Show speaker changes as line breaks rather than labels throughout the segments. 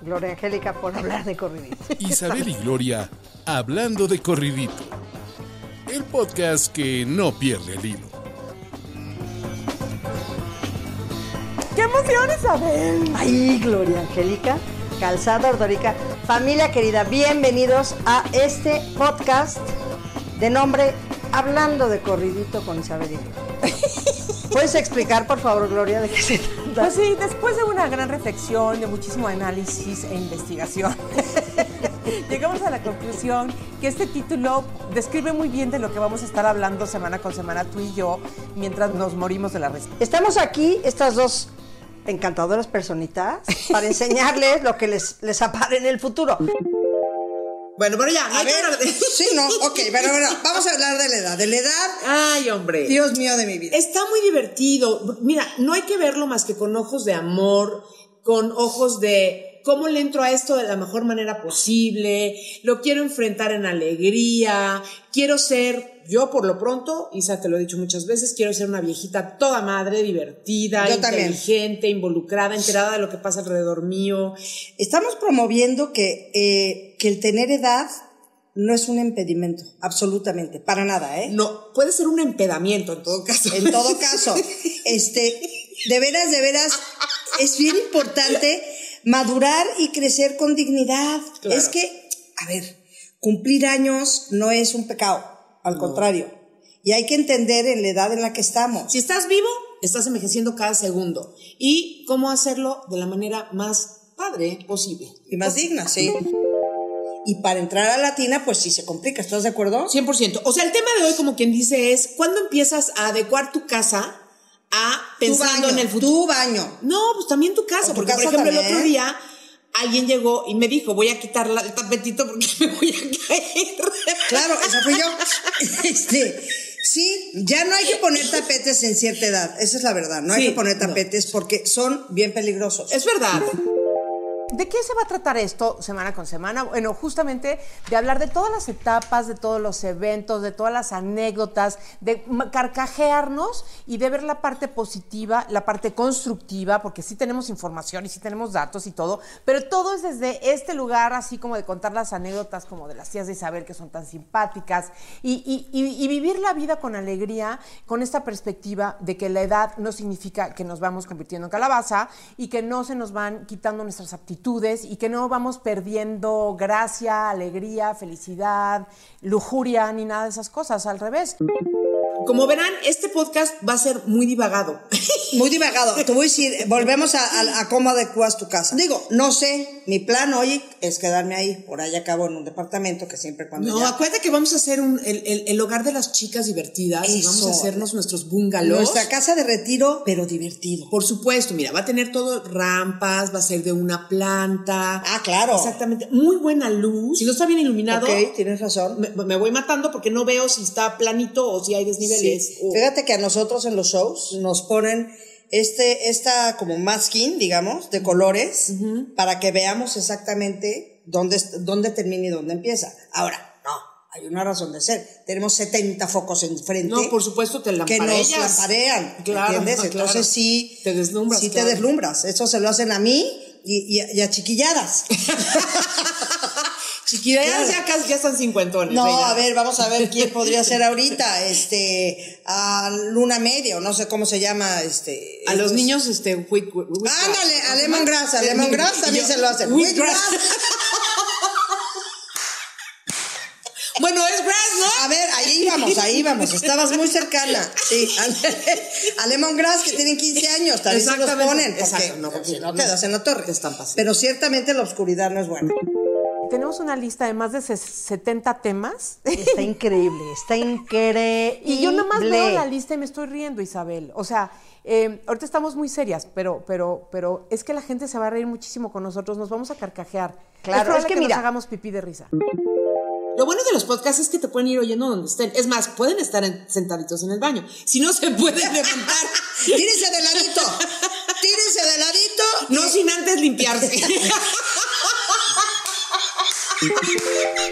Gloria Angélica, por hablar de corridito.
Isabel y Gloria hablando de corridito. El podcast que no pierde el hilo.
¡Qué emoción, Isabel! Ay, Gloria Angélica, Calzada Ordorica. Familia querida, bienvenidos a este podcast de nombre Hablando de Corridito con Isabel y Gloria. ¿Puedes explicar, por favor, Gloria, de qué se trata?
Pues sí, después de una gran reflexión, de muchísimo análisis e investigación, llegamos a la conclusión que este título describe muy bien de lo que vamos a estar hablando semana con semana tú y yo mientras nos morimos de la risa.
Estamos aquí, estas dos encantadoras personitas, para enseñarles lo que les, les apare en el futuro.
Bueno, pero ya,
A ver, sí, no, ok, bueno, bueno, vamos a hablar de la edad, de la edad,
Ay, hombre.
Dios mío de mi vida.
Está muy divertido. Mira, no hay que verlo más que con ojos de amor, con ojos de cómo le entro a esto de la mejor manera posible, lo quiero enfrentar en alegría, quiero ser, yo por lo pronto, Isa te lo he dicho muchas veces, quiero ser una viejita toda madre, divertida,
Yo también.
inteligente, involucrada, enterada de lo que pasa alrededor mío.
Estamos promoviendo que, eh, que el tener edad no es un impedimento, absolutamente, para nada, ¿eh?
No, puede ser un empedamiento en todo caso.
En todo caso, este, de veras, de veras, es bien importante madurar y crecer con dignidad.
Claro.
Es que, a ver, cumplir años no es un pecado, al contrario. Y hay que entender en la edad en la que estamos.
Si estás vivo, estás envejeciendo cada segundo. Y cómo hacerlo de la manera más padre posible.
Y más digna, sí. Y para entrar a latina, pues sí se complica, ¿estás de acuerdo?
100%. O sea, el tema de hoy, como quien dice, es cuándo empiezas a adecuar tu casa a
Tu
pensando
baño,
en el futuro.
Tu baño.
No, pues también tu casa.
O tu
porque, por
casa
ejemplo, el
también.
otro día alguien llegó y me dijo, voy a quitar la- el tapetito porque me voy a caer.
Claro, esa fui yo. Este, sí, ya no hay que poner tapetes en cierta edad. Esa es la verdad. No hay
Sí,
que poner
no.
tapetes porque son bien peligrosos.
Es verdad.
¿De qué se va a tratar esto semana con semana? Bueno, justamente de hablar de todas las etapas, de todos los eventos, de todas las anécdotas, de ma- carcajearnos y de ver la parte positiva, la parte constructiva, porque sí tenemos información y sí tenemos datos y todo, pero todo es desde este lugar, así como de contar las anécdotas como de las tías de Isabel que son tan simpáticas y, y- y- y vivir la vida con alegría, con esta perspectiva de que la edad no significa que nos vamos convirtiendo en calabaza y que no se nos van quitando nuestras aptitudes y que no vamos perdiendo gracia, alegría, felicidad, lujuria ni nada de esas cosas, al revés.
Como verán, este podcast va a ser muy divagado.
Muy divagado. Te voy a decir, volvemos a, a- a cómo adecuas tu casa. Digo, no sé, mi plan hoy es quedarme ahí. Por ahí acabo en un departamento que siempre cuando
No,
ya-
acuérdate que vamos a hacer un- el, el- el hogar de las chicas divertidas y vamos a
Eso.
hacernos nuestros bungalows.
Nuestra casa de retiro, pero divertido.
Por supuesto, mira, va a tener todo rampas, va a ser de una planta.
Ah, claro.
Exactamente. Muy buena luz. Si no está bien iluminado,
Ok, tienes razón.
me, me voy matando porque no veo si está planito o si hay desniveles. Oh.
Sí.
o-
Fíjate que a nosotros en los shows nos ponen este, esta como masking, digamos, de colores, para que veamos exactamente dónde, est- dónde termina y dónde empieza. Ahora, no, hay una razón de ser. Tenemos 70 focos enfrente.
no, por supuesto, te
que nos
lampareas.
lamparean,
Claro,
¿entiendes?
claro.
Entonces sí,
Te deslumbras,
sí
claro.
te deslumbras. Eso se lo hacen a mí y, y a- y a chiquilladas.
Chiquillas,
Claro.
ya, casi- ya están cincuentones.
No,
venga.
a ver, vamos a ver quién podría ser ahorita, este, a Luna Media, o no sé cómo se llama, este.
A los
estos-
niños, este, wheat- wheat- wheat-
Ándale, a Lemongrass, a Lemongrass también
Yo-
se lo hacen.
wheatgrass.
Wheatgrass.
Bueno, es grass, ¿no?
A ver, ahí vamos, ahí vamos, estabas muy cercana. Sí, a, a Lemongrass que tienen 15 años, también se los
Exactamente,
ponen, porque,
exacto, no,
porque
porque
no
no-
te das en la torre.
te estampas.
Pero ciertamente la oscuridad no es buena.
Tenemos una lista de más de ses- 70 temas.
Está increíble, está increíble.
Y yo nomás veo la lista y me estoy riendo, Isabel. O sea, eh, ahorita estamos muy serias, pero, pero, pero es que la gente se va a reír muchísimo con nosotros, nos vamos a carcajear.
Claro,
es, probable
es que
que,
mira-
nos hagamos pipí de risa.
Lo bueno de los podcasts es que te pueden ir oyendo donde estén. Es más, pueden estar en- sentaditos en el baño. Si no se pueden levantar,
Tírense de ladito. Tírense de ladito.
no sin antes limpiarse.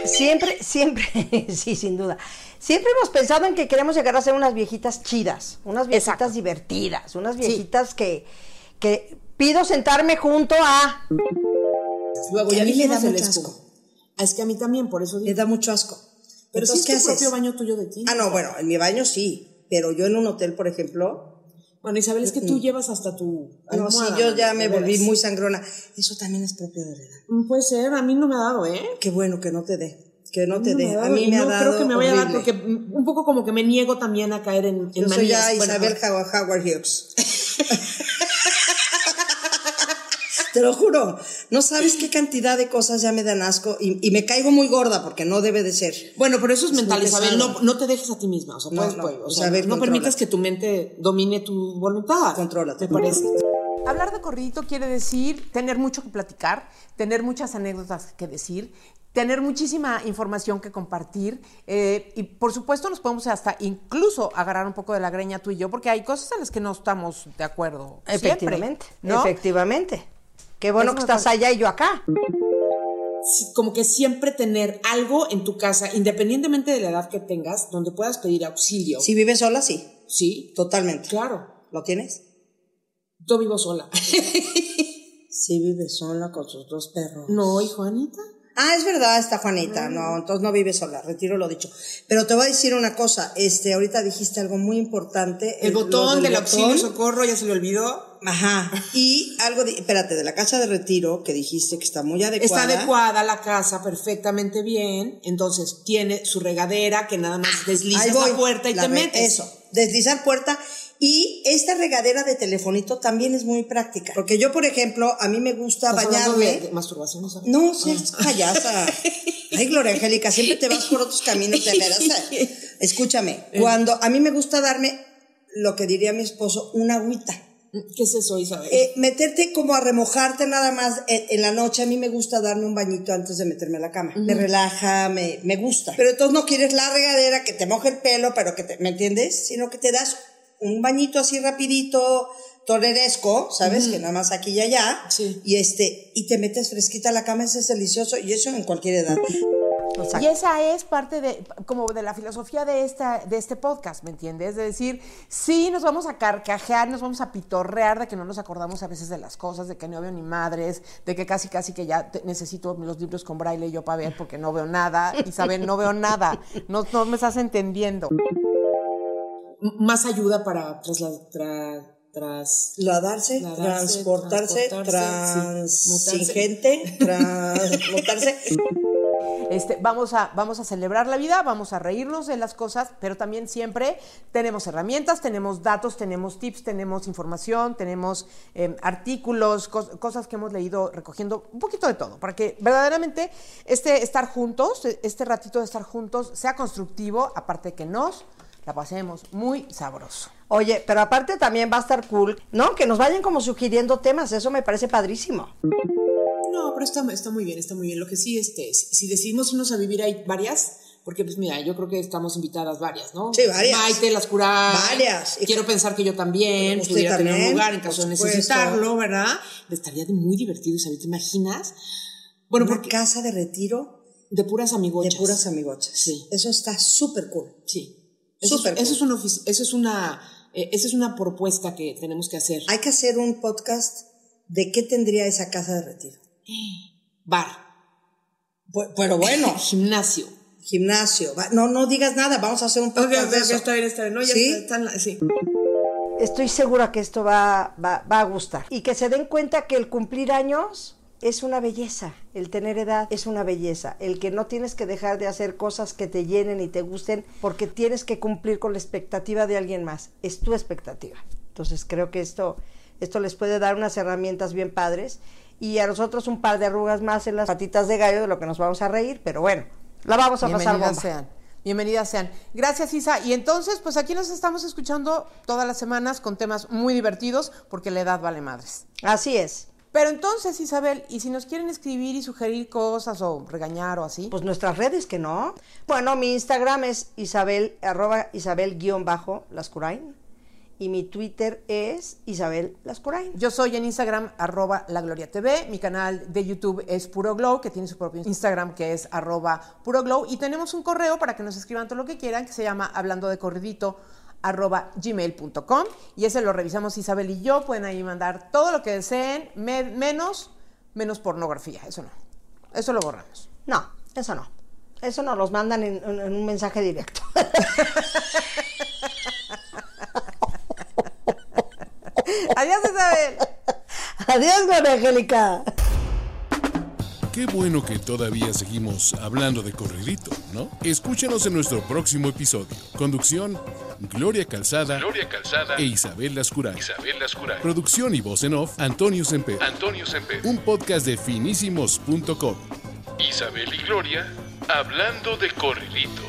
Siempre, siempre, sí, sin duda. Siempre hemos pensado en que queremos llegar a ser unas viejitas chidas, unas viejitas
Exacto.
divertidas, unas viejitas que, que pido sentarme junto a.
Luego
Que
ya
a mí me da
dijimos el
mucho
escu.
asco.
Ah, Es que a mí también, por eso
Le
digo.
da mucho asco.
Pero si
Entonces,
es que
¿qué
el
haces?
propio baño tuyo de ti.
Ah, no, bueno, en mi baño sí. Pero yo en un hotel, por ejemplo.
Bueno, Isabel, es que tú llevas hasta tu
Mm. Ah, No, sí,
almohada,
yo
mano,
ya
de
me volví
veras.
muy sangrona. Eso también es propio de la edad.
Mm, Puede ser, a mí no me ha dado, ¿eh?
Qué bueno que no te dé. Que no
No
te
me
dé.
ha
A
dado,
mí
y
me ha
no
dado.
creo que me vaya a dar porque
horrible.
mm, un poco como que me niego también a caer en, en
Yo soy ya
manías. Bueno,
Isabel Howard, Howard Hughes. Te lo juro, no sabes qué cantidad de cosas ya me dan asco y, y me caigo muy gorda porque no debe de ser.
Bueno, pero eso es,
muy
mental, Isabel.
pesado.
No, no te dejes a ti misma. O sea,
No,
puedes-
no,
puedes, o
o
sea,
sea, a ver,
no
contrólate.
permitas que tu mente domine tu voluntad.
Contrólate.
¿Te parece?
Hablar de corridito quiere decir tener mucho que platicar, tener muchas anécdotas que decir, tener muchísima información que compartir eh, y por supuesto nos podemos hasta incluso agarrar un poco de la greña tú y yo porque hay cosas en las que no estamos de acuerdo. siempre,
Efectivamente,
¿no?
efectivamente. Qué bueno
Es
que estás
mejor.
allá y yo acá.
Sí, como que siempre tener algo en tu casa, independientemente de la edad que tengas, donde puedas pedir auxilio.
Si vives sola, sí,
Sí,
totalmente.
claro.
¿Lo tienes?
Yo vivo sola.
Sí, vives sola con sus dos perros.
no, hijo Anita.
Ah, es verdad, está Juanita. No, entonces no vives sola, retiro lo dicho. Pero te voy a decir una cosa, este, ahorita dijiste algo muy importante.
El,
lo
botón del
botón.
auxilio socorro ya se le olvidó.
Ajá. Y algo, de- espérate, de la casa de retiro que dijiste que está muy adecuada.
Está adecuada la casa perfectamente bien. Entonces tiene su regadera que nada más
Ahí
deslizas
voy,
Ah, la puerta y te
re-
metes.
Eso, deslizar puerta. Y esta regadera de telefonito también es muy práctica. Porque yo, por ejemplo, a mí me gusta
¿Estás hablando
bañarme.
de- Ah, de masturbación, Isabel?
No, seas payasa. Ay, Gloria Angélica, siempre te vas por otros caminos, de veras. Escúchame, cuando a mí me gusta darme lo que diría mi esposo, una agüita.
¿Qué es eso, Isabel?
Eh, meterte como a remojarte nada más en, en la noche. A mí me gusta darme un bañito antes de meterme a la cama. Me relaja, me, me gusta. Pero entonces no quieres la regadera que te moje el pelo, pero que te, ¿me entiendes? Sino que te das un bañito así rapidito, toreresco, ¿sabes? Que nada más aquí y allá.
Sí.
Y este, y te metes fresquita a la cama, eso es delicioso. Y eso en cualquier edad.
Exacto.
Y esa es parte de, como de la filosofía de, esta, de este podcast, ¿me entiendes? De decir, sí, nos vamos a carcajear, nos vamos a pitorrear de que no nos acordamos a veces de las cosas, de que no veo ni madres, de que casi, casi que ya te- necesito los libros con braille yo para ver porque no veo nada. Isabel, no veo nada. No, no me estás entendiendo.
M- Más ayuda para trasla- tra- tras
Lavarse,
Lavarse,
transportarse,
transportarse, sí.
transigente, transmutarse.
Este, vamos, a, vamos a celebrar la vida, vamos a reírnos de las cosas, pero también siempre tenemos herramientas, tenemos datos, tenemos tips, tenemos información, tenemos eh, artículos, cos- cosas que hemos leído recogiendo, un poquito de todo, para que verdaderamente este estar juntos, este ratito de estar juntos, sea constructivo, aparte de que nos la pasemos muy sabroso.
Oye, pero aparte también va a estar cool, ¿no? Que nos vayan como sugiriendo temas, eso me parece padrísimo.
No, pero está, está muy bien, está muy bien. Lo que sí, este, si si decidimos irnos a vivir ahí varias, porque pues mira, yo creo que estamos invitadas varias, ¿no?
Sí, varias.
Maite, las curas.
Varias. Y-
Quiero pensar que yo también
Usted
pudiera tener
también,
un lugar en caso de
por supuesto.
necesitarlo, ¿verdad? Estaría de muy divertido, Isabel, ¿te imaginas? Bueno,
Una
porque
casa de retiro
de puras amigochas.
De puras amigochas.
Sí.
Eso está súper cool.
Sí. Eso,
Súper
es, eso es
cool.
una, ofici- eso es una, eh, esa es una propuesta que tenemos que hacer.
Hay que hacer un podcast de qué tendría esa casa de retiro.
Bar,
Bu- Pero bueno,
gimnasio.
gimnasio. va- No, no digas nada, vamos a hacer un podcast de eso.
bien, está bien. No,
ya está-
sí.
Estoy segura que esto va, va, va a gustar. Y que se den cuenta que el cumplir años es una belleza, el tener edad es una belleza, el que no tienes que dejar de hacer cosas que te llenen y te gusten porque tienes que cumplir con la expectativa de alguien más, es tu expectativa. Entonces creo que esto, esto les puede dar unas herramientas bien padres y a nosotros un par de arrugas más en las patitas de gallo de lo que nos vamos a reír, pero bueno, la vamos a pasar
Bienvenidas
bomba.
sean. Bienvenidas sean. Gracias, Isa. Y entonces, pues aquí nos estamos escuchando todas las semanas con temas muy divertidos, porque la edad vale madres.
Así es.
Pero entonces, Isabel, y si nos quieren escribir y sugerir cosas o regañar o así,
Pues nuestras redes que no. Bueno, mi Instagram es Isabel, arroba Isabel guión bajo Lascurain. Y mi Twitter es Isabel Lascurain.
yo soy en Instagram arroba la Gloria TV, mi canal de YouTube es Puro Glow, que tiene su propio Instagram que es arroba Puro Glow, y tenemos un correo para que nos escriban todo lo que quieran, que se llama hablando de corridito arroba gmail.com y ese lo revisamos Isabel y yo, pueden ahí mandar todo lo que deseen, me- menos, menos pornografía, eso no, eso lo borramos.
No, eso no. Eso no, los mandan en, en- en un mensaje directo.
Adiós Isabel.
Adiós, Gloria Angélica.
Qué bueno que todavía seguimos hablando de corridito, ¿no? Escúchanos en nuestro próximo episodio. Conducción, Gloria Calzada. Gloria Calzada. E Isabel Lascurá. Isabel Lascurá. Producción y voz en off, Antonio Semper. Antonio Semper. Un podcast de finísimos.com. Isabel y Gloria, hablando de corridito.